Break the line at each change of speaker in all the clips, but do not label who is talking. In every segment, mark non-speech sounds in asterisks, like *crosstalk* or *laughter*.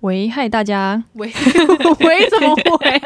喂，嗨大
*laughs*
家， *laughs*
喂喂怎么喂？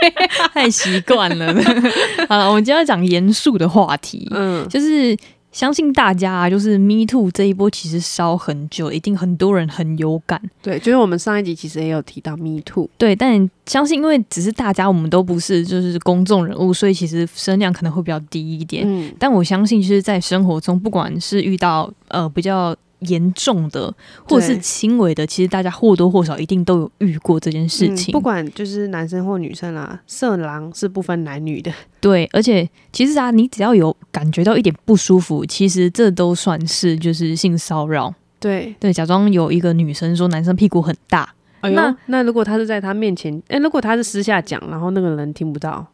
太习惯了。 *laughs* 好了，我们今天要讲严肃的话题，
嗯，
就是相信大家、啊，就是 Me Too 这一波其实烧很久，一定很多人很有感。
对，就是我们上一集其实也有提到 Me Too，
对，但相信因为只是大家，我们都不是就是公众人物，所以其实声量可能会比较低一点。
嗯，
但我相信，就是在生活中，不管是遇到呃比较严重的，或者是
对
轻微的，其实大家或多或少一定都有遇过这件事情。
嗯不管就是男生或女生啦，色狼是不分男女的，
对，而且其实啊，你只要有感觉到一点不舒服，其实这都算是就是性骚扰。
对。
对，假装有一个女生说男生屁股很大，
哎
那
那那如果他是在他面前，哎、如果他是私下讲，然后那个人听不到，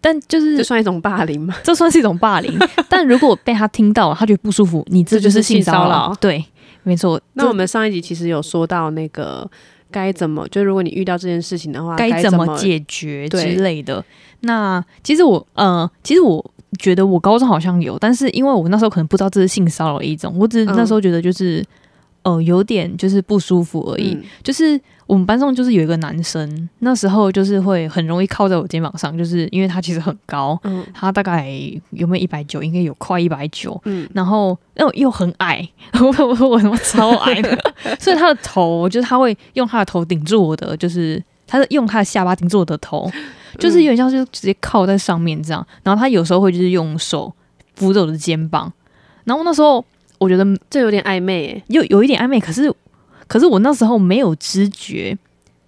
但就
这
是
算一种霸
*laughs*
凌吗？
这算是一种霸
*laughs*
凌。但如果被他听到，他觉得不舒服，你这
这就
就是
是性
性骚
骚
扰
扰。
对，没错。
那
这
我们上一集其实有说到那个该怎么，就如果你遇到这件事情的话，
该
该
怎
么嗯
么解决之
对
类的。那其实我呃，其实我觉得我高中好像有，但是因为我那时候可能不知道这是性骚扰的一种，我
嗯
只是那时候觉得就是、呃有点就是不舒服而已。
嗯
就是我们班上就是有一个男生，那时候就是会很容易靠在我肩膀上，就是因为他其实很高，
嗯
他大概有没有一百九，应该有快一百九。
嗯，
然后，又又很矮，我我我他妈超矮的，所以他的头就是他会用他的头顶住我的，就是他是用他的下巴顶住我的头，就是有点像是直接靠在上面这样。然后他有时候会就是用手扶着我的肩膀，然后那时候我觉得
这有点暧昧、欸，
有有一点暧昧，可是可是我那时候没有知觉，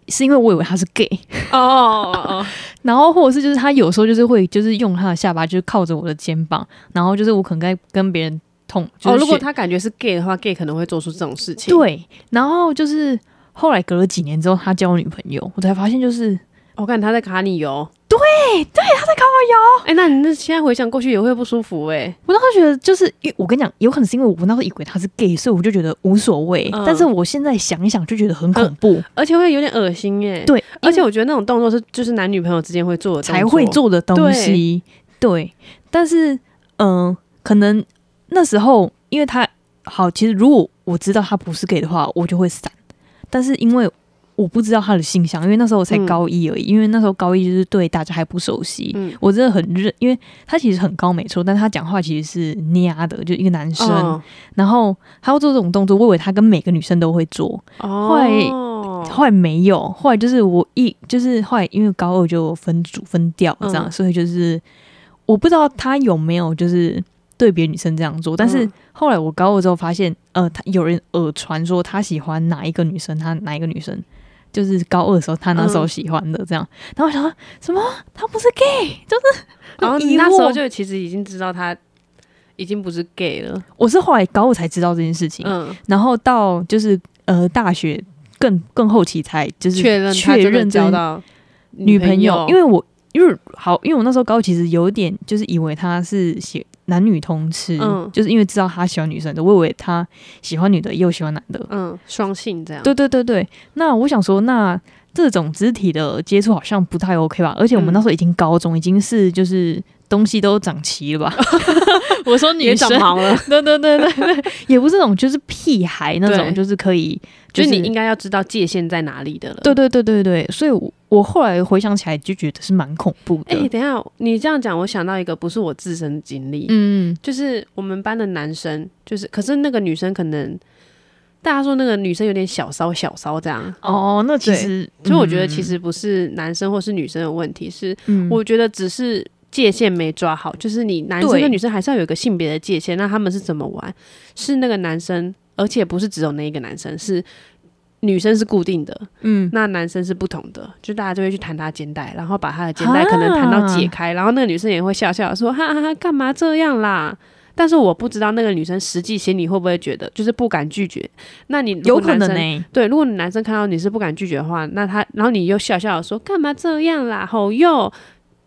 是因为我以为他是 gay，
哦哦
然后或者是就是他有时候就是会就是用他的下巴就是靠着我的肩膀，然后就是我可能在跟别人同就是
哦，如果
学
他感觉是 gay 的话，gay 可能会做出这种事情。哦，
对，然后就是后来隔了几年之后，他交女朋友，我才发现就是
我看他在卡你油。对对，他在卡我油。哎、那你那现在回想过去也会不舒服哎、
我当时觉得就是因为我跟你讲，有可能是因为我那时候以为他是 gay，所以我就觉得无所谓，
嗯
但是我现在想一想就觉得很恐怖，
而且会有点恶心哎、
对，
而且我觉得那种动作是就是男女朋友之间会做的动作
才会。做的东西。对，但是嗯、呃可能那时候因为他好，其实如果我知道他不是 gay 的话，我就会闪。但是因为我不知道他的性向，因为那时候我才
嗯
高一而已，因为那时候高一就是对大家还不熟悉。
嗯，
我真的很认，因为他其实很高没错，但他讲话其实是嗲的，就一个男生。
哦
然后他会做这种动作，我以为他跟每个女生都会做，
哦，
后来没有，后来就是我一就是后来因为高二就分组分掉这样，
嗯
所以就是我不知道他有没有就是对别的女生这样做，但是
嗯
后来我高二之后发现，呃，他有人耳传说他喜欢哪一个女生，他哪一个女生。就是高二的时候，他那时候
嗯
喜欢的这样，然后我想说什么？他不是 gay，就是
然后
很
你
疑
哦那时候
惑
就其实已经知道他已经不是 gay 了。
我是后来高二才知道这件事情，
嗯，
然后到就是呃大学更更后期才就是
确认他
确
真
认
的
这件
交到
女
朋
朋友，因为我因为好，因为我那时候高其实有点就是以为他是喜男女通吃，
嗯
就是因为知道他喜欢女生的，我以为他喜欢女的又喜欢男的。
嗯双性这样。
对对对对，那我想说，那这种肢体的接触好像不太 OK 吧？而且我们
嗯
那时候已经高中，已经是就是东西都长齐
*laughs*
了吧？我说女
也长
生，
*laughs* 毛了，
对对对对对，也不是那种就是屁孩那种，
对
就是可以，
就是是你应该要知道界限在哪里的了。
对对对对对，所以我我后来回想起来就觉得是蛮恐怖的。
哎、等一下，你这样讲，我想到一个不是我自身经历，
嗯，
就是我们班的男生，就是可是那个女生可能大家说那个女生有点小骚小骚这样，
哦，那其
对
实，
所以我觉得其
实，
实嗯不是男生或是女生的问题，是
嗯
我觉得只是界限没抓好，就是你男生
对
跟女生还是要有一个性别的界限。那他们是怎么玩？是那个男生，而且不是只有那一个男生，是女生是固定的，
嗯，
那男生是不同的，就大家就会去弹他肩带，然后把他的肩带可能弹到解开，然后那个女生也会笑笑地说：“哈哈哈，干嘛这样啦？”但是我不知道那个女生实际心里会不会觉得就是不敢拒绝。那你如
有
果
可
男
能
生
呢、
对，如果你男生看到你是不敢拒绝的话，那他然后你又笑笑的说：“干嘛这样啦？吼哟！”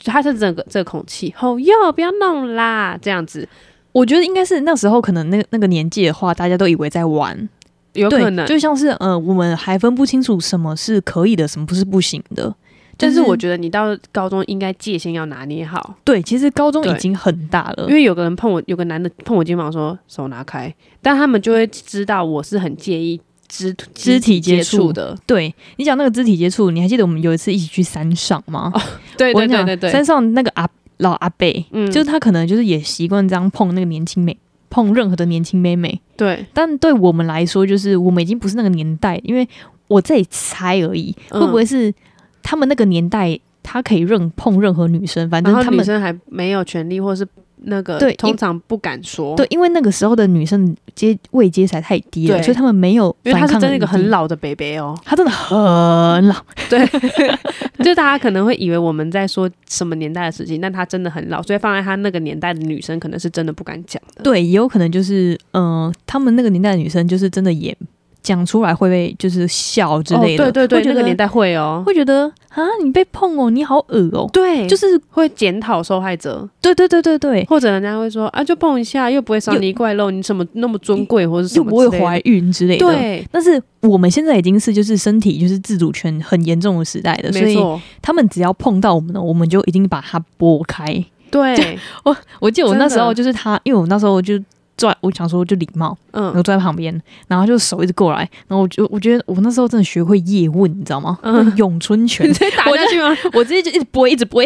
他是整个这个口气，吼哟，不要弄啦，这样子
我觉得应该是那时候可能那那个年纪的话，大家都以为在玩，
有
对
可能。
就像是呃，我们还分不清楚什么是可以的，什么不是不行的。
但是我
得
觉得你到高中应该界限要拿捏好，
对，其实高中已
对
经很大了
因，为有个人碰我，有个男的碰我肩膀说手拿开，但他们就会知道我是很介意肢
肢体接
接
触
的，
对你讲那个肢体接触，你还记得我们有一次一起去山上吗？
对
我跟你
哦对对
讲
对对，
山上那个阿老阿伯，
嗯
就是他可能就是也习惯这样碰那个年轻妹，碰任何的年轻妹妹。
对
但对我们来说，就是我们已经不是那个年代，因为我自己猜而已，
嗯
会不会是他们那个年代，他可以任碰任何女生，反
然
正
后
他
女
们
生还没有权利，或是那个
对
通
因
常不敢说，
对，因为那个时候的女生接位阶才太低了，
对
所以他们没有
因为他
反
是
抗
真的一
余
个很
地，
老的北北哦，
他真的很老，
就大家可能会以为我们在说什么年代的事情，但他真的很老，所以放在他那个年代的女生可能是真的不敢讲的。
对，也有可能就是嗯、呃他们那个年代的女生就是真的也讲出来会被就是笑之类的，
哦、对对
会
对，
觉
那
得
个年代会哦，
会觉得啊，你被碰哦，你好恶哦，
对，就
就是是
会检讨受害者，
对对对对对，
或者人家会说啊，就碰一下，又不会伤
又
你怪肉，你什么那么尊贵，或者是什
又
么
不会
之类的
怀孕之类的，
对，
但是我们现在已经是就是身体就是自主权很严重的时代了，所
没
以
错，
他们只要碰到我们呢，我们就已经把它拨开。
对，
我记得我
真的
那时候就是他，因为我那时候就坐在，我想说就礼貌，然
嗯
后
*laughs*
坐在旁边，然后就手一直过来，然后我就我觉得我那时候真的学会叶问，你知道吗？
嗯
那咏春拳
你，直接打下去吗？
*laughs* 我直接就一直拨，一直 *laughs* 拨。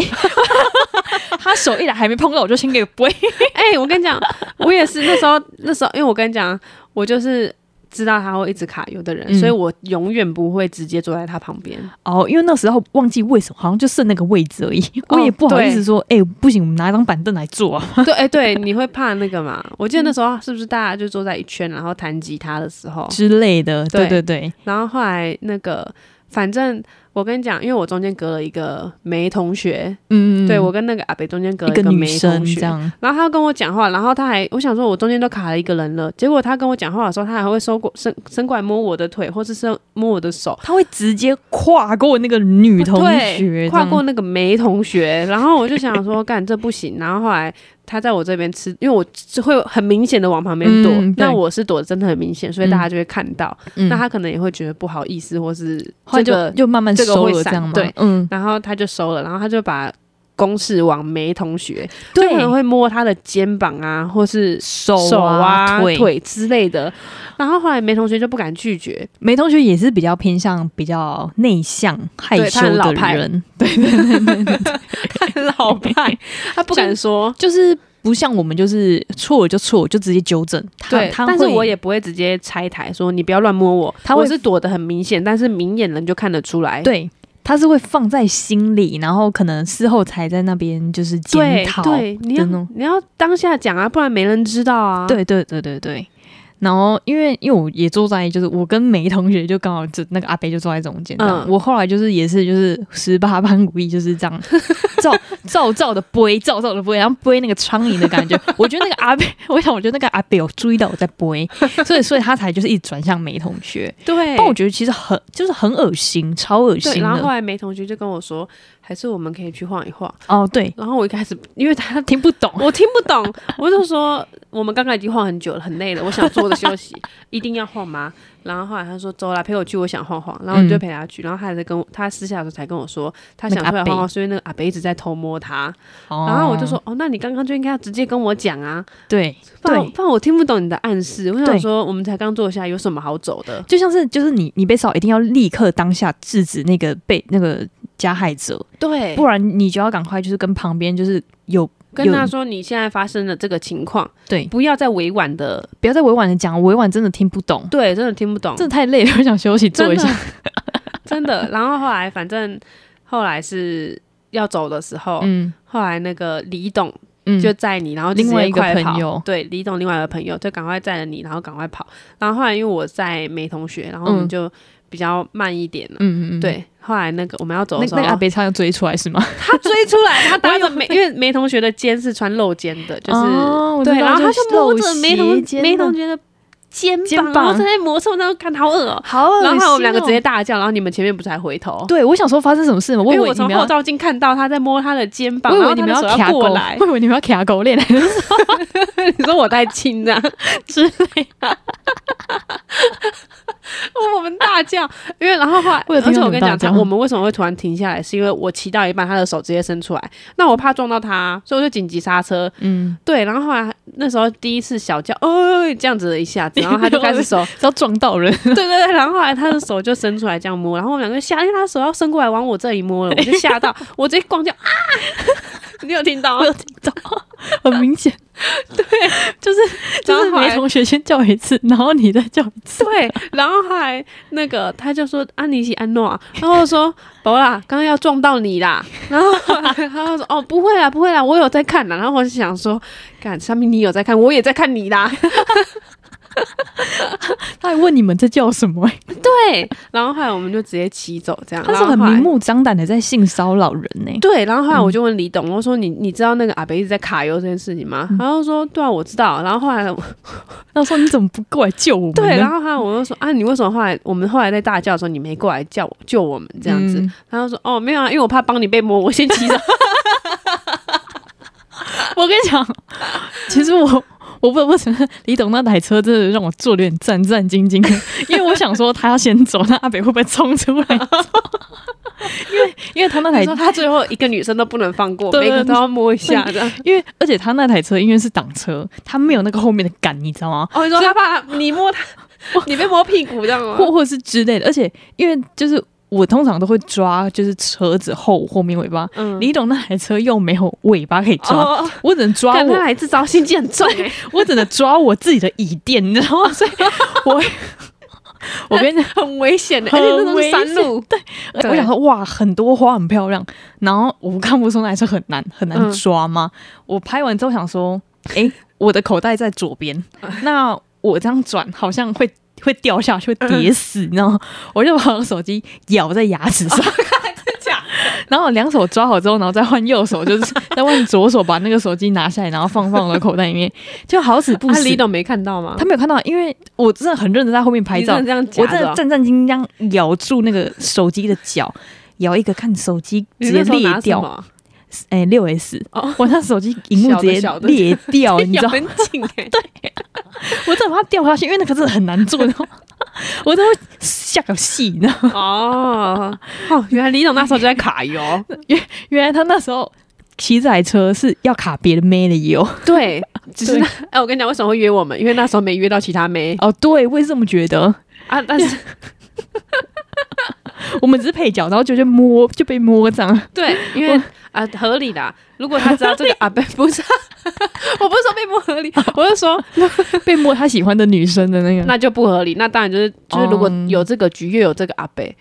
他手一来还没碰到，我就先给拨。
*laughs* 哎、我跟你讲，我也是那时候，那时候，因为我跟你讲，我就是知道他会一直卡油的人，
嗯
所以我永远不会直接坐在他旁边。
*laughs* 哦，因为那时候忘记为什么，好像就剩那个位置而已，
哦
我也不好意
对
思说，哎、不行，我们拿一张板凳来坐啊。
*laughs* 对，哎、对，你会怕那个嘛？我记得那时候是不是大家就坐在一圈，然后弹吉他的时候，
之类的。对
对
对对，
然后后来那个，反正我跟你讲，因为我中间隔了一个梅同学，
嗯，
对我跟那个阿北中间隔
一
了
个女
梅
生
同
这
学，
样，
然后他跟我讲话，然后他还，我想说，我中间都卡了一个人了，结果他跟我讲话的时候，他还会收过伸伸过来摸我的腿，或是伸摸我的手。
她会直接跨过那个女同
哦对
学，
跨
这样
过那个梅同学，然后我就想说，干这不行。然后后来他在我这边吃，因为我是会很明显的往旁边躲
嗯，对
那、我是躲的真的很明显，所以大家就会看到。
嗯
那他可能也会觉得不好意思，或是
后
这
来
个
就，就慢慢
这个
收
会
了这
散
样嘛，
对，
嗯，
然后他就收了，然后他就把公式往梅同学，就
对
可能会摸他的肩膀啊，或是
手
手啊、
腿。
之类的。然后后来梅同学就不敢拒绝，
梅同学也是比较偏向比较内向害
对
羞
她很老
的
派 *laughs*
人，
老派，他不敢说。
*laughs* 就是不像我们就是错了就错了，就直接纠正。她
对，
她
但是
会
我也不会直接拆台说你不要乱摸我，
他
我
会
是躲得很明显，但是明眼人就看得出来。
对。她是会放在心里，然后可能事后才在那边就是检
对
讨。
对，你要
真的
你要当下讲啊，不然没人知道啊。
对对对对对。然后因为因为我也坐在就是我跟梅同学就刚好就那个阿北就坐在中间这样，
嗯
我后来就是也是就是十八般武艺就是这样照照照的背，照照的背，然后背那个苍蝇的感觉。我觉得那个阿北， *laughs* 我想我觉得那个阿北有注意到我在背，所以所以他才就是一直转向梅同学。
对，
但我觉得其实很就是很恶心，超恶
对，
心
然后后
的。
来梅同学就跟我说，还是我们可以去晃一晃。
哦，对，
然后我一开始，因为他。
听不懂
我听不 *laughs* 懂，我就说我们刚刚已经晃很久了，很累了，我想坐着休 *laughs* 息，一定要晃吗？然后后来他说走啦，陪我去，我想晃晃，然后我就陪他去，然后他还在跟我，他私下的时候才跟我说，他想出
那
来晃
个阿
晃，所以那个阿北一直在偷摸他，然
然
后我就，说哦，那你刚刚就应该要直接跟我讲啊，
对，
不然
对
不然我听不懂你的暗示，我想
对
说我们才刚坐下，有什么好走的？
就像是就是你你被骚扰，一定要立刻当下制止那个被那个加害者，
对，
不然你就要赶快就是跟旁边就是有
跟他
有
说你现在发生了这个情况，
对，
不要再委婉的，
不要再委婉的讲，委婉真的听不懂，
对，真的听不懂，
真的太累了，我想休息坐一下。
*laughs* 真的。然后后来反正后来是要走的时候，
嗯
后来那个李董
嗯，
哦就载你，然后就
另外
直接快
一个
跑
朋友
对李董另外一个朋友就赶快载了你，然后赶快跑。然后后来因为我在梅同学，然后我们
嗯
就比较慢一点了。
嗯嗯嗯，
对，后来那个我们要走
那
的时候，哦
那个阿北差要追出来是吗？
他追出来，他搭着梅，因为梅同学的肩是穿露肩的， *laughs* 就是、
哦我知
对，
道
然后他
就是
摸
露
着
斜
梅同
肩
梅
的
同学的肩膀，
肩
然后
膀
正在磨蹭，然后看好恶哦、
好恶
然后后来我们两个直接大叫，然后你们前面不是还回头？
对我想说发生什么事吗？我以
因为
为
我
你
从
们
后
要，
照镜看到他在摸他的肩膀，
我以
然
为
后
你
他
们
的手
要卡
过
狗，
来
我以为你们要卡狗链来，
*laughs* 你
*laughs*
说 *laughs* 我太轻了之类的。我们大大叫，因为然后后来，
我有
而
听
且
到
我
你
跟
们大
你讲，他
叫
我们为什么会突然停下来，是因为我骑到一半，他的手直接伸出来，那我怕撞到他，所以我就紧急刹车。 *laughs*
嗯，
对，然后后来那时候第一次小叫，哦，这样子的一下子，然后他就开始手，
只要撞到人，
对对对，然后后来他的手就伸出来这样摸，然后我们两个就吓，因为他手要伸过来往我这里摸了，我就吓到，我直接 *laughs* 光叫啊！ *laughs* 你有听到吗
我？有听到， *laughs* 很明
*laughs*
显。对，就是 *laughs* 就
然
是
后后来
没同学先叫一次，然后你再叫一次。
*laughs* 对，然后后来那个他就说安妮西安诺啊，然后我说宝啦，刚刚要撞到你啦， *laughs* 然后后来他就说哦不会啦不会啦，我有在看啦，然后我就想说，干上面你有在看，我也在看
*laughs*
你啦，
他还问你们在叫什么、欸，
对， *laughs* 然后后来我们就直接骑走这样，
他
然
是
后
很
后来
明目张胆的在性骚扰人呢、
对，然后后来我就问李
嗯
董，我说你你知道那个阿北一直在卡油这件事情吗？然后说对啊，我知道。然后
*laughs*
后来我
然后说你怎么不过来救我们呢？
对，然后后来我就说啊，你为什么后来我们后来在大叫的时候你没过来叫我救我们这样子？
嗯
然后说哦没有啊，因为我怕帮你被摸， *laughs* 我先骑走。
我跟你讲，其实我我不得不承认，李董那台车真的让我坐的有点战战兢 *laughs* 兢的，因为我想说他要先走，那阿北会不会冲出来？因为 *laughs* 因为他那
他
台
说他最后一个女生都不能放过，
对
每个都
对
要摸一下这样。
因为而且他那台车因为是挡车，他没有那个后面的杆，你知道吗？
*laughs* 哦，你说他怕你摸他， *laughs* 你被摸屁股这样吗？
或或者是之类的，而且因为就是我通常都会抓就是车子后后面尾巴，
嗯
李董那台车又没有尾巴可以抓，
哦，
我只能抓
干
我
他来自招心机很重哎，
我 *laughs* 只能抓我自己的椅垫，你知道吗？所以
*laughs*
我我跟你讲。
*laughs* 很危险的，而
很
且那都是
危
山
险
路，
而且
对
我想说，哇，很多花很漂亮。然后我看不出来是很难很难
嗯
抓吗？我拍完之后想说，诶，我的口袋在左边，
嗯
*laughs* 那我这样转好像会会掉下去，会跌死，你知道吗？我就把我手机咬在牙齿
*laughs*
上，
哦假
然后两手抓好之后，然后再换右手，就是再换左手把那个手机拿下来，然后放放我的口袋里面，就好死不
啊，
死。
李董没看到吗？
他没有看到，因为我真的很认真在后面拍
你
照
真的，这样夹
我真
着
的
哦。
战战兢兢这样咬住那个手机的角，咬一个看手机
你
直
那
接
时候拿
裂
什
掉，
么，
哎，六 S，
哦
我那手机荧幕
小的
直接
小的
裂掉，你知
咬 *laughs*
道，
很紧哎，对，
我真的怕掉下去，因为那个真的很难做，你知道吗 *laughs* 我都会吓个戏，你知道吗，
哦，哦，原来李董那时候就在卡油，
原来他那时候。骑这台车是要卡别的妹的油
*laughs* 对，只是
对
那，哎，我跟你讲，为什么会约我们？因为那时候没约到其他妹
哦，对，我也是这么觉得。
啊，但是
我们只是配角，然后就就摸就被摸这样。 *laughs*
对，因为啊，合理的。如果他知道 *laughs* 这个阿贝不是，我不是说被不合理， *laughs* 我是说
*laughs* 被摸他喜欢的女生的那个。
那就不合理。那当然就是就是，如果有这个局，又有这个阿贝，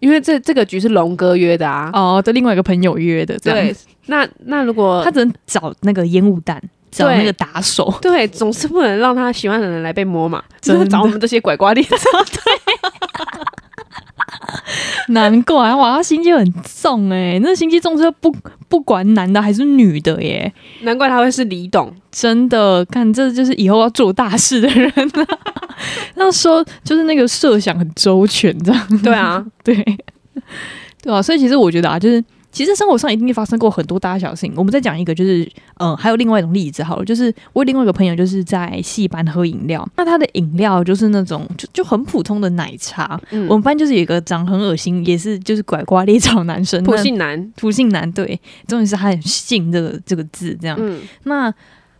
因为这这个局是龙哥约的啊。
哦，对，另外一个朋友约的，这样
对，那那如果
他只能找那个烟雾弹，找
对
那个打手。 *laughs*
对，总是不能让他喜欢的人来被摸嘛，只
真
能
的
找我们这些拐瓜裂
*laughs*
枣。
难怪哇，他心机很重哎、那心机重是不不管男的还是女的耶，
难怪他会是李董，
真的，看这就是以后要做大事的人啊。 *laughs* 那说就是那个设想很周全，这样 *laughs*
对啊，
对对啊，所以其实我觉得啊，就是其实生活上一定发生过很多大小事情。我们再讲一个，就是呃，还有另外一种例子好了，就是我有另外一个朋友就是在戏班喝饮料，那他的饮料就是那种就就很普通的奶茶，
嗯
我们班就是有一个长很恶心，也是就是拐瓜裂枣男生，
普
那
信男，
普信男对，重点是他很信这个这个字这样。
嗯，
那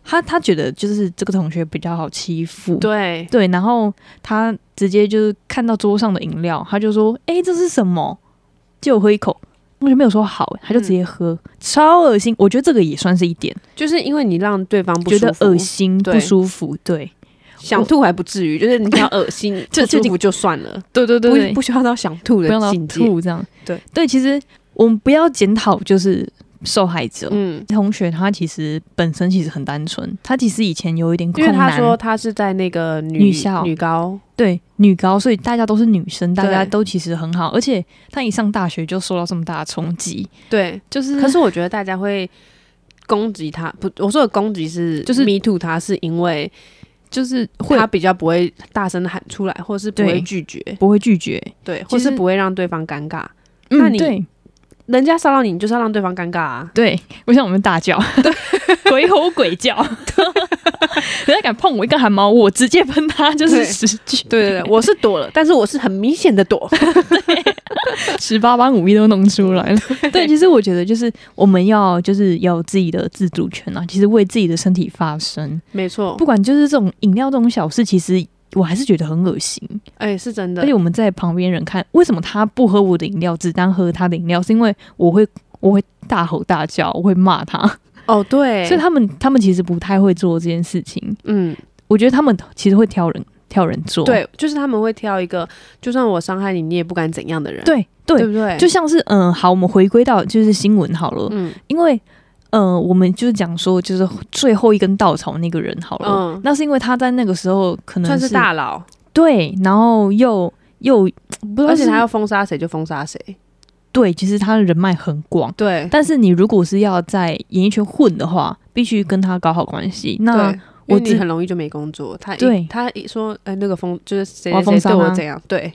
他他觉得就是这个同学比较好欺负，
对，
对，然后他直接就是看到桌上的饮料，他就说：“哎、这是什么？”借我喝一口。同学没有说好、他就直
嗯
接喝，超恶心。我觉得这个也算是一点，
就是因为你让对方不
觉
舒
得
服
恶，心、
对
不舒服。对，
想吐还不至于，就是你比较恶心，
*laughs* 这
不
这
舒
已经
服就算了，
对对
不不需要到想吐
不要
的
到
境界。
吐这样。
对
对，其实我们不要检讨就是受害者，
嗯，
同学他其实本身其实很单纯，他其实以前有一点
因
困
为
难，
他说他是在那个女
女校
女高，
对女高，所以大家都是女生，大家
对
都其实很好，而且他一上大学就受到这么大的冲击，
对。
就是
可是我觉得大家会攻击他，不，我说的攻击是
就是
me too，他是因为
就是会
他比较不会大声地喊出来，或是不
对
会拒绝，
不会拒绝，
对，
其
或是
实
不会让对方尴尬。那
嗯，
你
对，
人家骚扰你，你就是要让对方尴尬啊。
对，不像我们大叫， *laughs* 鬼吼鬼 *laughs* 叫，人家敢碰我一个汗毛，我直接喷他就是
对
十句，
对 *laughs* 对对，我是躲了，但是我是很明显的躲。
十八般武艺都弄出来了。对，其实我觉得就是我们要就是要有自己的自主权啊，其实为自己的身体发声，
*laughs* 没错
不，管就是这种饮料这种小事，其实。我还是觉得很恶心，
哎、是真
而
的
且。我们在旁边人看，为什么他不喝我的饮料，只单喝他的饮料？是因为我会我会大吼大叫，我会骂他，
哦，对，
所以他们他们其实不太会做这件事情。
嗯，
我觉得他们其实会挑人挑人做，
对，就是他们会挑一个，就算我伤害你，你也不敢怎样的人，
对对，
不对？
就像是嗯，好，我们回归到就是新闻好了，
嗯
因为呃，我们就是讲说就是最后一根稻草那个人好了，
嗯，
那是因为他在那个时候可能
算是大佬，
对，然后又又不知道
而且
啊是
他要封杀谁就封杀谁，
对，其实他的人脉很广。
对，
但是你如果是要在演艺圈混的话，必须跟他搞好关系。那
对。因为
啊我
你
自
很容易就没工作，他一
对
他一说，哎、那个封就是谁
我要
谁
封
谁
杀
对我
他
怎样，对，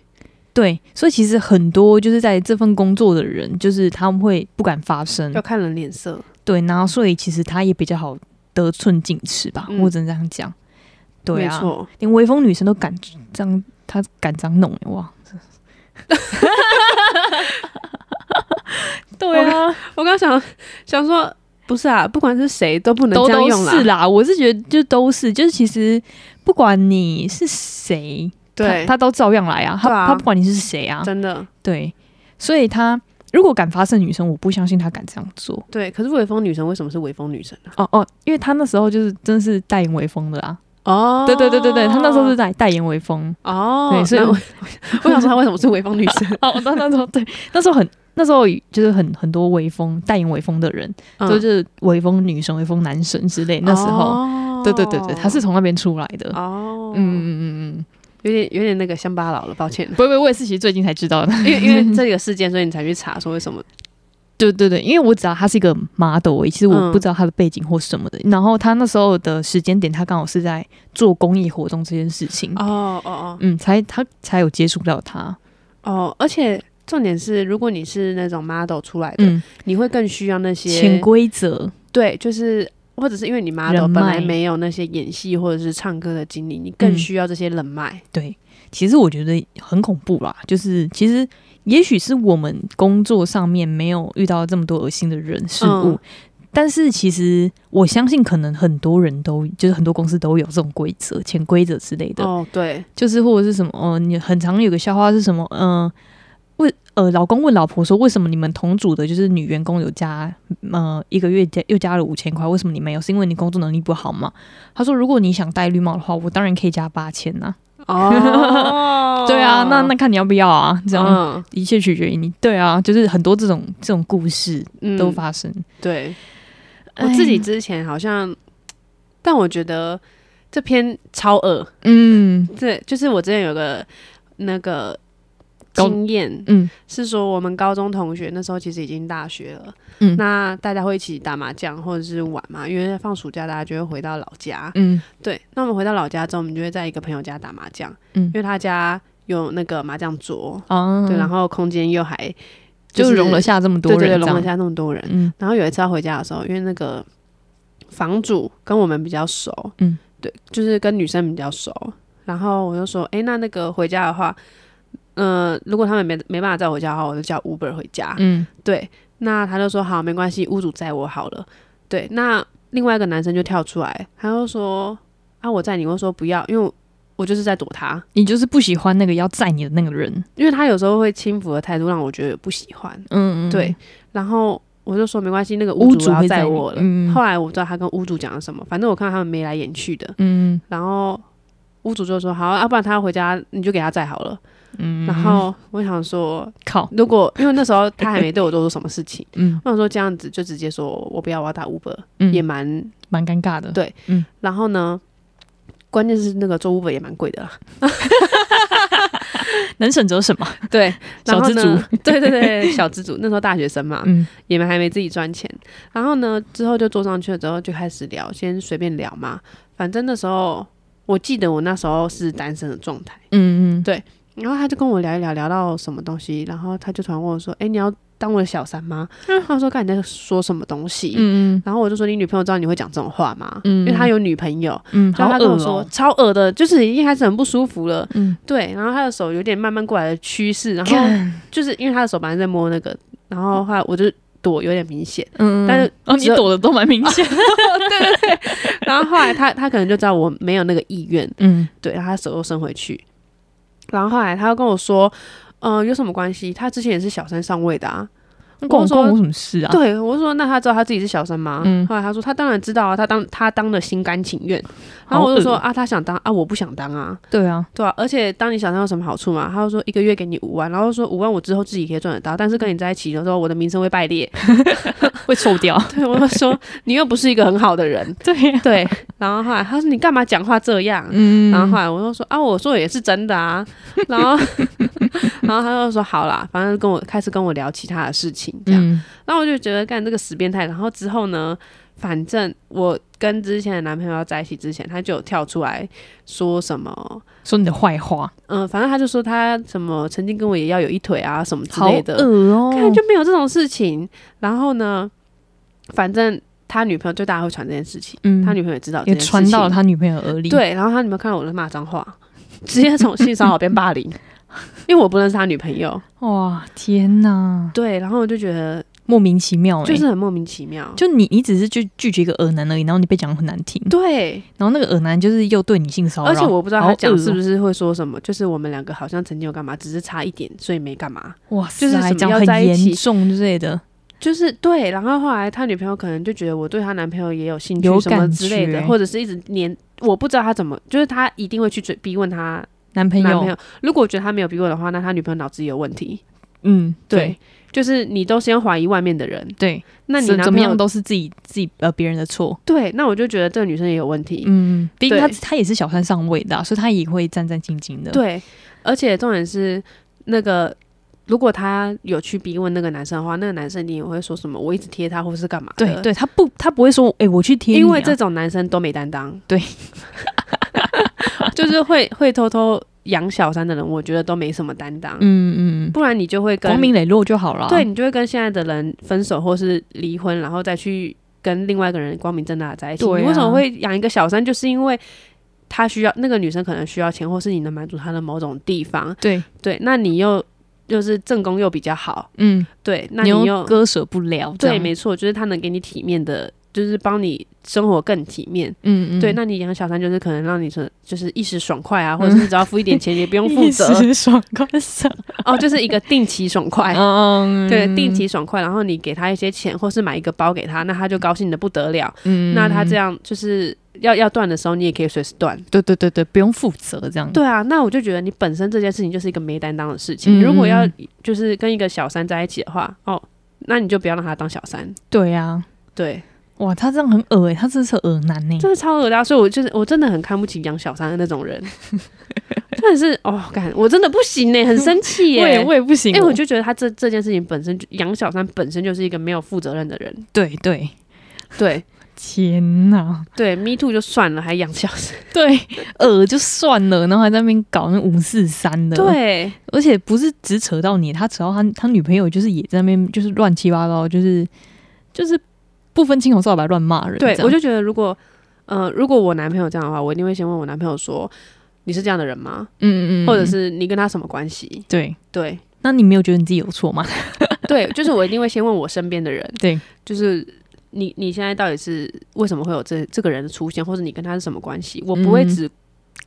对，所以其实很多就是在这份工作的人，就是他们会不敢发声
要，看人脸色，
对，然后所以其实他也比较好得寸进尺吧，
嗯
我只能这样讲。对
没
啊，
错，
连微风女神都敢这样，她敢这样弄欸
*laughs*
哇！对 *laughs* 啊，
我刚想想说，不是啊，不管是谁都不能
都
这样
都
用啦，
是啦，我是觉得就都是，就是其实不管你是谁，
对，
他都照样来啊，他、
对啊
他不管你是谁啊，
真的
对，所以他如果敢发射女生，我不相信他敢这样做。
对。可是微风女神为什么是微风女神啊呢、
哦哦，因为他那时候就是真的是代言微风的啊，
哦
对对对对对，他那时候是代代言微风，
哦，
对所以
那我我想说她为什么是微风女
*laughs*
神，
*laughs* 哦，那那时候对，那时候很那时候就是很很多微风代言微风的人，
嗯
都是微风女神、微风男神之类。那时候，
哦
对对对对，他是从那边出来的。
哦
嗯，嗯嗯嗯，，
有点有点那个乡巴佬了，抱歉
不不，我也是其实最近才知道的。
因为因为这个事件，所以你才去查说为什么
对对对，因为我只知道他是一个 model，而已其欸实我
嗯
不知道他的背景或什么的。然后他那时候的时间点，他刚好是在做公益活动这件事情。
哦哦哦
嗯，才他才有接触到他，
哦，而且重点是，如果你是那种 model 出来的，
嗯，
你会更需要那
潜
些
规则，
对，就是或者是因为你 model
人
本
脉
来没有那些演戏或者是唱歌的经历，你更
嗯
需要这些人脉。
对，其实我觉得很恐怖啦，就是其实也许是我们工作上面没有遇到这么多恶心的人事物。
嗯
但是其实我相信，可能很多人都就是很多公司都有这种规则、潜规则之类的，
哦，
*laughs*
对，
就是或者是什么，呃，你很常有个笑话是什么，嗯、问呃老公问老婆说，为什么你们同组的就是女员工有加呃一个月加又加了五千块，为什么你没有？是因为你工作能力不好吗？他说，如果你想戴绿帽的话，我当然可以加八千呐。
哦
对啊，那那看你要不要啊，这样、
嗯
一切取决于你。对啊，就是很多这种这种故事
嗯
都发哎生。
对。嗯我自己之前好像，但我觉得这篇超恶，
嗯
这就是我之前有个那个
高
经验，
嗯
是说我们高中同学那时候其实已经大学了，
嗯
那大家会一起打麻将或者是玩嘛，因为放暑假大家就会回到老家，
嗯
对，那我们回到老家之后，我们就会在一个朋友家打麻将，
嗯
因为他家有那个麻将桌，
啊，
对，然后空间又还
就是容得下这么多
对对对，
人，这
容
样
得。下那么多人，
嗯
然后有一次要回家的时候，因为那个房主跟我们比较熟，
嗯，
对，就是跟女生比较熟。然后我就说，诶，那那个回家的话，嗯，如果他们没没办法载我回家的话，我就叫 Uber 回家。
嗯
对，那他就说好，没关系，屋主载我好了。对，那另外一个男生就跳出来，他就说啊，我载你，我就说不要，因为我我就是在躲他，
你就是不喜欢那个要载你的那个人。
因为他有时候会轻浮的态度让我觉得不喜欢。
嗯嗯，
对，然后我就说没关系，那个
屋
主
主
要
会
载
载你
我了。
嗯
后来我不知道他跟屋主讲了什么，反正我看到他们眉来眼去的，
嗯
然后屋主就说好，要、啊不然他要回家你就给他载好了。
嗯，
然后我想说，
靠，，
如果因为那时候他还没对我做出什么事情 *laughs*
嗯
我想说这样子就直接说我不要，我要打 Uber、
嗯，
也
也
蛮。
蛮尴尬的。
对然后呢，关键是那个做 Uber 也蛮贵的啦。
能省则省嘛。
对，然后
小
呢，对对对，
*laughs*
小资主那时候大学生嘛，
嗯
也没还没自己赚钱。然后呢，之后就坐上去了之后就开始聊，先随便聊嘛。反正那时候我记得我那时候是单身的状态，
嗯嗯，
然后他就跟我聊一聊，聊到什么东西，然后他就突然问我说：“哎、你要当我的小三吗？”他说：“看你在说什么东西。”
嗯
然后我就说：“你女朋友知道你会讲这种话吗？”
嗯
因为他有女朋友，
嗯，
然
好
啊后他跟我
恶
说、
哦，
超恶的，就是已经开始很不舒服了。
嗯，
对，然后他的手有点慢慢过来的趋势，然后
看，
就是因为他的手本来在摸那个，然后后来我就躲有点明显，
嗯，
但是
哦，你
只有
躲的都蛮明显，
然后后来他他可能就知道我没有那个意愿，
*laughs* 嗯
对，然后他手又伸回去，然后后来他又跟我说，呃，有什么关系？他之前也是小三上位的啊。
那关我
我
关
说
我什么事啊？
对，我就说那他知道他自己是小三吗？
嗯
后来他说他当然知道啊，他当他当的心甘情愿。
好
然后我就
恶哦
说啊，他想当啊，我不想当啊，
对啊，
对啊。而且当你想当有什么好处嘛？他就说一个月给你五万，然后说五万我之后自己可以赚得到，但是跟你在一起的时候，我的名声会
*laughs*
败裂。
会臭掉，
对，我就说你又不是一个很好的人，
对呀，
*laughs* 对。然后后来他说你干嘛讲话这样？
嗯
然后后来我就说啊，我说也是真的啊，
*laughs*
然后然后他就说好啦，反正跟我开始跟我聊其他的事情这样，
嗯
然后我就觉得干这个死变态，然后之后呢，反正我跟之前的男朋友要在一起之前，他就有跳出来说什么。
说你的坏话，
嗯，反正他就说他什么曾经跟我也要有一腿啊什么之
好
类的，
恶哦，
看就没有这种事情。然后呢，反正他女朋友就大家会传这件事情，
嗯
他女朋友也知道这
也
件事情，
传到了他女朋友耳里，，
对，然后他有没有看到我在骂脏话？直接从性骚扰变霸
*laughs*
凌，因为我不认识他女朋友。
哇，天哪，
对，然后我就觉得
莫名其妙，
就
哎，
是很莫名其妙。
就你你只是拒拒绝一个恶男而已，然后你被讲得很难听，
对，
然后那个恶男就是又对你性骚扰，
而且我不知道
好
他讲
恶哦
是不是会说什么，就是我们两个好像曾经有干嘛，只是差一点，所以没干嘛。
哇塞，
就是什么
讲
要
很
在一
严
起
重之类的，
就是对，然后后来他女朋友可能就觉得我对他男朋友也有兴
有
趣什么
感
之类的
觉，
或者是一直黏，我不知道他怎么，就是他一定会去追逼问他
男朋
男
友
朋，友。如果我觉得他没有逼问的话，那他女朋友脑子也有问题。
嗯，
对，就是你都先怀疑外面的人，
对，
那你
怎
男
怎
朋
么
友
样都是自己自己呃别人的错，
对，那我就觉得这个女生也有问题。
嗯，毕竟
对
他他也是小三上位的啊、所以他也会战战兢兢的，，
对，而且重点是那个，如果她有去逼问那个男生的话，那个男生你也会说什么？我一直贴他，或是干嘛的？
对对，他不他不会说，哎、我去贴你啊、
因为这种男生都没担当。
对，
*laughs* 就是会会偷偷养小三的人，我觉得都没什么担当。
嗯嗯，
不然你就会跟
光明磊落就好了，啊
对，你就会跟现在的人分手或是离婚，然后再去跟另外一个人光明正大的在一起。
对
你为什
啊
么会养一个小三？就是因为他需要那个女生可能需要钱，或是你能满足她的某种地方。
对，
对，那你又就是正宫又比较好，
嗯，
对，那
你
你
又
又
割舍不了，这
对，
样
没错，就是他能给你体面的，就是帮你生活更体面。
嗯嗯，
对，那你养小三就是可能让你说就是一时爽快啊，或者是只要付一点钱，也不用
*laughs*
负
一
责哎
时爽
*laughs*
快死，
哦，就是一个定期爽快。
嗯，
*laughs* 对，定期爽快，然后你给他一些钱，或是买一个包给他，那他就高兴的不得了。
嗯，
那他这样就是要要断的时候，你也可以随时断。
对对对对，不用负责这样，
对啊，那我就觉得你本身这件事情就是一个没担当的事情。如果要
嗯
就是跟一个小三在一起的话，哦，那你就不要让他当小三。
对啊，
对，
哇，他这样很恶哎、他真的是恶男呢、
真的超恶的啊、所以我就是我真的很看不起养小三的那种人， *laughs* 真的是哦，感我真的不行呢、欸很生气耶、
我也我也不行，
哎、我就觉得他这这件事情本身就养小三本身就是一个没有负责任的人。
对对，
对
天哪，
对，Me Too 就算了，还养小三。
对，恶就算了，然后还在那边搞那五四三的，，
对
而且不是只扯到你，他扯到他他女朋友，就是也在那边就是乱七八糟，就是就是不分青红皂白乱骂人这
对
样，，
我就觉得如果呃，如果我男朋友这样的话，我一定会先问我男朋友说。你是这样的人吗？
嗯嗯嗯，
或者是你跟他什么关系？
对，
对
那你没有觉得你自己有错
*laughs*
吗？
对，就是我一定会先问我身边的人，
对，
就是你你现在到底是为什么会有这这个人的出现，或者你跟他是什么关系？我不会
嗯
只、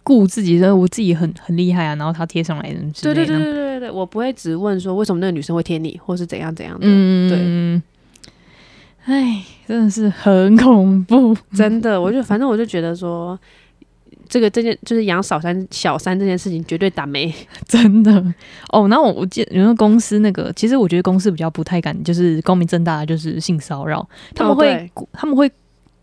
顾自己的我自己很很厉害啊，然后他贴上来的之
对
类的，
对对对对对，我不会只问说为什么那个女生会贴你，或是怎样怎样的。
嗯，
对
嗯，哎，真的是很恐怖，
真
嗯
的，我就反正我就觉得说。这个这件就是养小三小三这件事情绝对打没，
真的哦。然后我我记得，有个公司那个，其实我觉得公司比较不太敢，就是光明正大地就是性骚扰，他们
哦
会、
对
他们会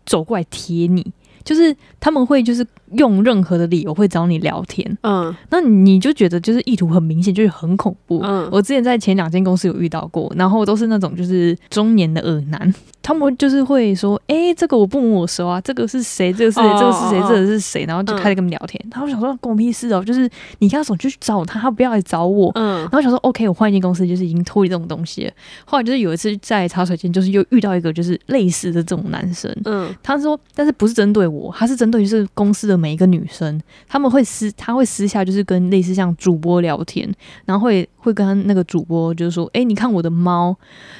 走过来贴你，就是他们会就是用任何的理由会找你聊天，
嗯
那你就觉得就是意图很明显，就是很恐怖。
嗯
我之前在前两间公司有遇到过，然后都是那种就是中年的恶男， *laughs* 他们就是会说，诶，这个我不抹熟啊，这个是谁，这个是谁，
哦
这个是谁
哦，哦
这个是谁，然后就开始跟他们聊天。然后我想说，关我屁事哦，就是你跟他说你就去找他，他不要来找我。
嗯
然后想说，OK，我换一间公司就是已经脱离这种东西了。后来就是有一次在茶水间，就是又遇到一个就是类似的这种男生，
嗯
他说，但是不是针对我，他是针对就是公司的每一个女生，他们会私，他会私下就是跟类似像主播聊天，然后会会跟他那个主播就是说，哎、你看我的猫，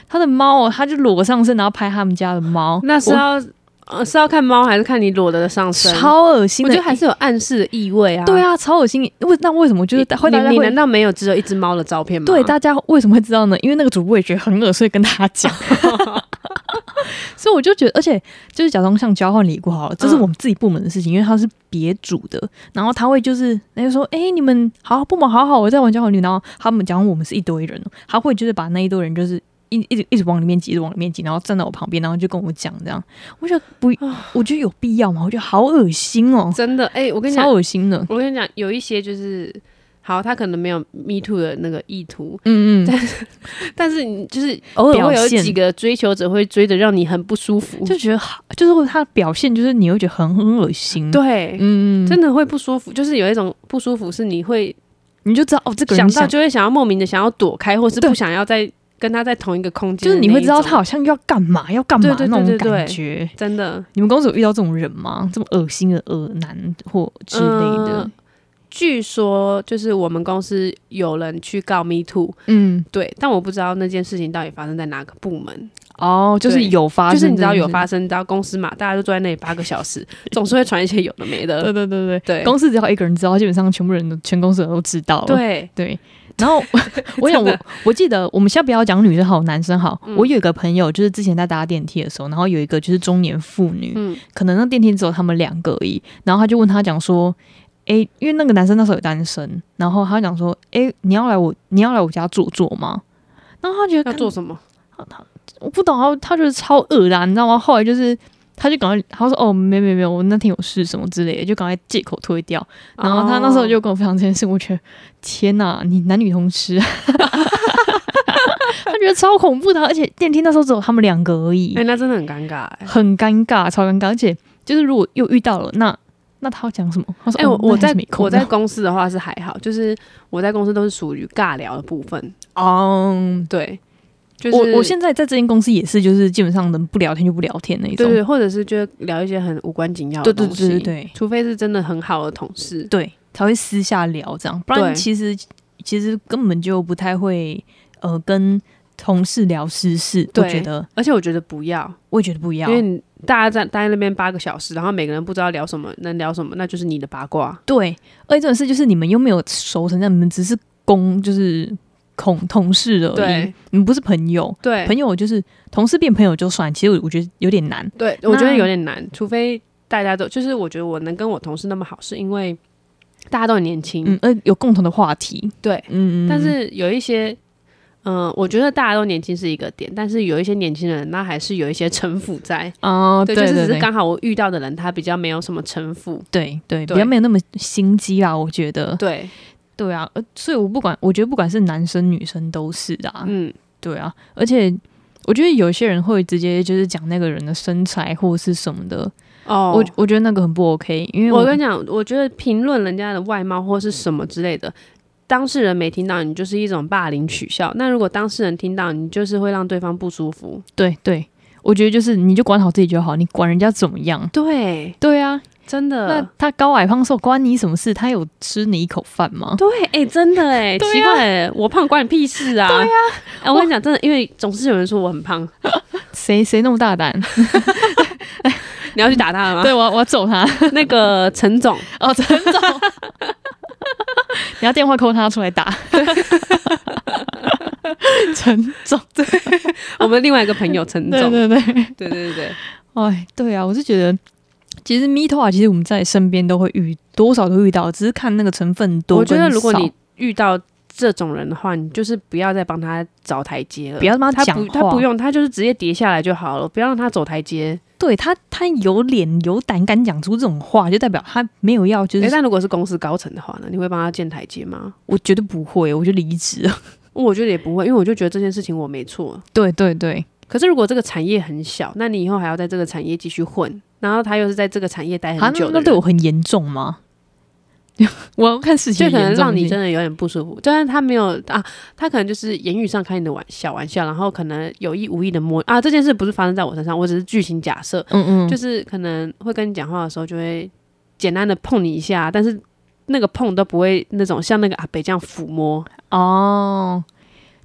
他的猫哦，他就裸上身，然后拍他们家的猫，
那是
我
要呃是要看猫还是看你裸的上身？
超恶心
我
的，
觉得还是有暗示的意味啊。
对，啊，超恶心，为那为什么就是
你
会大家
你
会
难道没有只有一只猫的照片吗？
对，大家为什么会知道呢？因为那个主播也觉得很恶，所以跟他讲。 *laughs* 所以我就觉得，而且就是假装像交换礼物好了，这是
嗯
我们自己部门的事情，因为他是别组的，然后他会就是那就说，哎、你们好部门好好，我在玩交换礼物，然后他们讲我们是一堆人，哦他会就是把那一堆人就是。一一直一直往里面挤，一直往里面挤，然后站在我旁边，然后就跟我讲这样，我觉得不，我觉得有必要吗？我觉得好恶心哦、
真的啊哎、我跟你讲
超，恶心的。
*laughs* 我跟你讲，有一些就是好，他可能没有 me too 的那个意图，
嗯嗯，
但是你就是
偶尔
也会有
表现
几个追求者会追的让你很不舒服，
就觉得好，就是他的表现，就是你会觉得很很恶心。
对，
嗯，
真的会不舒服，就是有一种不舒服是你会
你就知道哦，这个人
想到就会想要莫名的想要躲开，或是不想要再跟他在同一个空间
就
的
是你
那一种，
会知道他好像要干嘛，要干嘛
对对对
那种
对对
感觉。
真的
你们公司有遇到这种人吗？这么恶心的恶男或之类的
嗯？据说就是我们公司有人去告 me too，
嗯，
对，但我不知道那件事情到底发生在哪个部门，
哦，就是
对
有发生，
就是你知道有
生，
发生，你知道公司嘛，大家都坐在那里八个小时，总是会传一些有的没
对
的，
对对对。
对
公司只要一个人知道，基本上全部人都全公司人都知道了。
对，
对。然
*laughs*
后我想我我记得我们先不要讲女生好男生好，
嗯
我有一个朋友就是之前在搭电梯的时候，然后有一个就是中年妇女，
嗯
可能那电梯只有他们两个而已，然后他就问他讲说，诶，因为那个男生那时候有单身，然后他讲说，诶，你要来我你要来我家坐坐吗？然后他觉得
要做什么？
我不懂，他他觉得超恶的啊、你知道吗？后来就是。他就赶快，他说：“哦，没没没有，我那天有事什么之类的，就赶快借口推掉。”然后
哦
他那时候就跟我分享这件事，我觉得天哪，你男女通吃， *laughs* 他觉得超恐怖的啊，而且电梯那时候只有他们两个而已。
哎、那真的很尴尬、哎
很尴尬，超尴尬。而且就是如果又遇到了，那那他要讲什么？他说：“
哎、
哦
我
那
我
还是
在
没空
我在
然后
公司的话是还好，就是我在公司都是属于尬聊的部分。
嗯，
对，就是
我我现在在这间公司也是，就是基本上能不聊天就不聊天那一
对
种。
对，或者是就是聊一些很无关紧要的
对
东西，
对对对
除非是真的很好的同事。
对才会私下聊这样，不然
对
其实其实根本就不太会呃跟同事聊私事。我
对
觉得
而且我觉得不要，
我也觉得不要
因，为你大家在待在那边八个小时，然后每个人不知道聊什么，能聊什么，那就是你的八卦。
对，而且这种事就是你们又没有熟成这样，你们只是公就是。恐同事而已
对，
你们不是朋友，
对
朋友就是同事变朋友就算，其实我我觉得有点难。
对，我觉得有点难，除非大家都就是我觉得我能跟我同事那么好，是因为大家都很年轻。
嗯，呃，有共同的话题，
对，
嗯，嗯
但
嗯
是有一些，嗯、我觉得大家都年轻是一个点，但是有一些年轻人，那还是有一些城府在。
哦，对，
就
对
是只是
对
刚好我遇到的人，他比较没有什么城府。
对对，比
对
较没有那么心机啦，我觉得，
对，
对啊，呃所以我不管，我觉得不管是男生女生都是啊，
嗯，
对啊，而且我觉得有些人会直接就是讲那个人的身材或是什么的，
哦，
我我觉得那个很不 OK，因为
我跟你讲，我觉得评论人家的外貌或是什么之类的，当事人没听到，你就是一种霸凌取笑；那如果当事人听到，你就是会让对方不舒服。
对对，我觉得就是你就管好自己就好，你管人家怎么样。
对，
对啊，
真
那
的，
他高矮胖瘦关你什么事？他有吃你一口饭吗？
对，哎、真的哎、
啊
奇怪、欸，我胖关你屁事啊！对呀、哎、我跟你讲，真的，因为总是有人说我很胖， *laughs*
谁谁那么大胆？
你要去打他了吗？
对我要我要揍他！
那个
*laughs*
陈总，
哦，陈总，你要电话扣他出来 *laughs* 打。陈总，
我们另外一个朋友陈
对
总，
对对，
对对对
哎，对啊，我是觉得，其实 Me Too 啊，其实我们在身边都会遇，多少都会遇到，只是看那个成分
对，
多
我觉得
跟
如果
少
你遇到这种人的话，你就是不要再帮他找台阶了，
不要他妈
他
讲
不，
话，
他不用，他就是直接跌下来就好了，不要让他走台阶。
对他，他有脸有胆敢讲出这种话，就代表他没有要，就
诶
是
但如果是公司高层的话呢，你会帮他建台阶吗？
我绝对不会，我就离职了。
我觉得也不会，因为我就觉得这件事情我没错。
*laughs* 对对对，
可是如果这个产业很小，那你以后还要在这个产业继续混，然后他又是在这个产业待
啊，
很
那
久的
那对
人
我很严重吗？ *laughs* 我要看事情的
就可能
严重
让你
性
真的有点不舒服。但是他没有啊，他可能就是言语上开你的玩小玩笑，然后可能有意无意的摸啊。这件事不是发生在我身上，我只是剧情假设，
嗯嗯，
就是可能会跟你讲话的时候就会简单的碰你一下，但是那个碰都不会那种像那个阿北这样抚摸。
哦，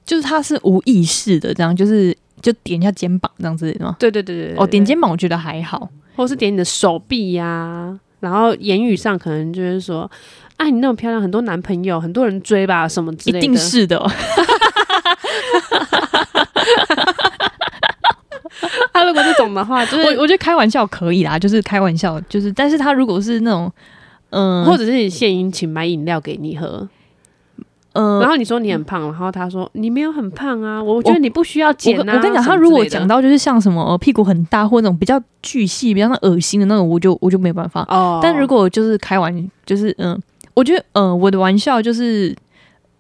就是他是无意识的，这样就是就点一下肩膀这样子吗？
对对对对对
哦，点，
对
肩膀我觉得还好，
或是点你的手臂呀、然后言语上可能就是说，哎，你那么漂亮，很多男朋友，很多人追吧，什么之
一
类的。
定是的。哦啊
他如果这种的话，就
我
是
我觉得开玩笑可以啦，就是开玩笑，就是，但是他如果是那种，嗯、
或者是你献殷勤买饮料给你喝，
呃，
然后你说你很胖，然后他说你没有很胖啊，我觉得你不需要
我
减
跟
啊。
我跟你讲，
什
他
么
如果
之类的
讲到就是像什么呃屁股很大或那种比较巨细、比较那恶心的那种，我就我就没办法。
哦，
但如果就是开玩，就是嗯、我觉得嗯、呃我的玩笑就是，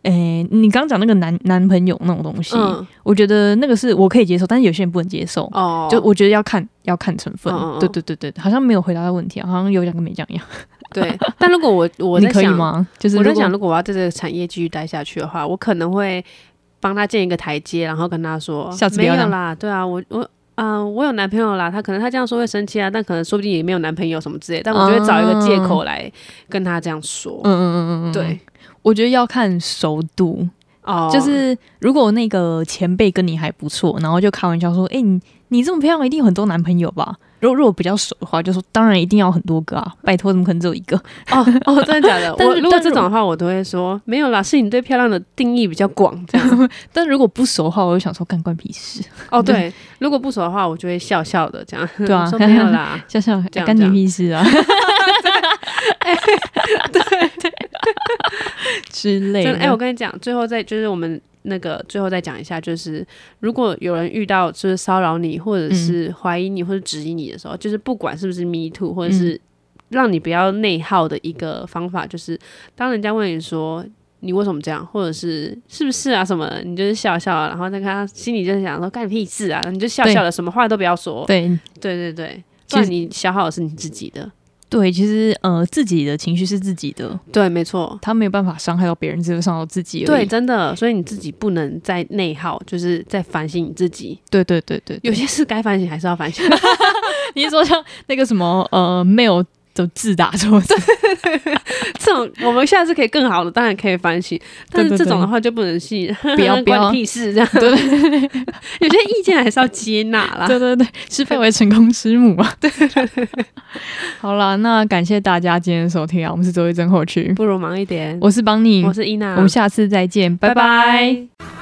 诶、你刚讲那个男男朋友那种东西，
嗯
我觉得那个是我可以接受，但是有些人不能接受。
哦，
就我觉得要看要看成分，
嗯嗯嗯
对对对对，好像没有回答到问题啊，好像有讲跟没讲一样。
对。但如果我我
你
在
可以
想，
吗？就是
我在
如果
想，如果我要在这个产业继续待下去的话，我可能会帮他建一个台阶，然后跟他说
下次不
没
要
有
这样
啦，对啊，我我。啊、我有男朋友啦，他可能他这样说会生气啊，但可能说不定也没有男朋友什么之类，但我就会找一个借口来跟他这样说。
嗯哦嗯嗯嗯，嗯，
对，
我觉得要看熟度，
哦，
*laughs* 就是如果那个前辈跟你还不错，然后就开玩笑说：“哎、你你这么漂亮，一定有很多男朋友吧？”如果如果比较熟的话，就说：“当然一定要很多个啊，
嗯
拜托，怎么可能只有一个 *laughs*
哦哦，真的假的？
但
我
是
如果
但
这
是
种的话，我都会说没有啦，是你对漂亮的定义比较广，这样。？”
*laughs* 但如果不熟的话，我就想说干关屁事，
哦，
对
对，如果不熟的话，我就会笑笑的这样。
对啊，
我 *laughs* 说没有啦
像像
这样
干你
这样
屁事
*laughs*
啊， *laughs* *laughs* 之类
真的
的。
哎、我跟你讲，最后再就是我们那个最后再讲一下，就是如果有人遇到就是骚扰你，或者是怀疑你，或者质疑你的时候，就是不管是不是 me too，或者是让你不要内耗的一个方法，就是当人家问你说。你为什么这样，或者是是不是啊什么的？你就是笑笑啊，然后再看他心里就是想说干你屁事啊，你就笑笑的，什么话都不要说。
对
对对对，
其
不然
实
你消耗的是你自己的。
对，其实呃，自己的情绪是自己的，
对，没错。
他没有办法伤害到别人，只有伤害到自己而
对，
已。
真的，所以你自己不能再内耗，就是在反省你自己。
对对对对 *laughs*
有些事该反省还是要反省。 *laughs*
你是说像那个什么呃，mail 的自打什 *laughs* 么之类的？
这种我们下次可以更好的，当然可以反省。但是
对对
这种
对
的话就不能信， *laughs*
不要不
关
要
你屁事这样。
*laughs* 对对对对
*laughs* 有些意见还是要接纳啦。
对对对，失败为成功之母啊！对对对。 *laughs* 好啦，那感谢大家今天的收听啊，我们是周一真后去，
不如忙一点。
我是邦尼，
我是伊娜，
我们下次再见，拜拜
拜拜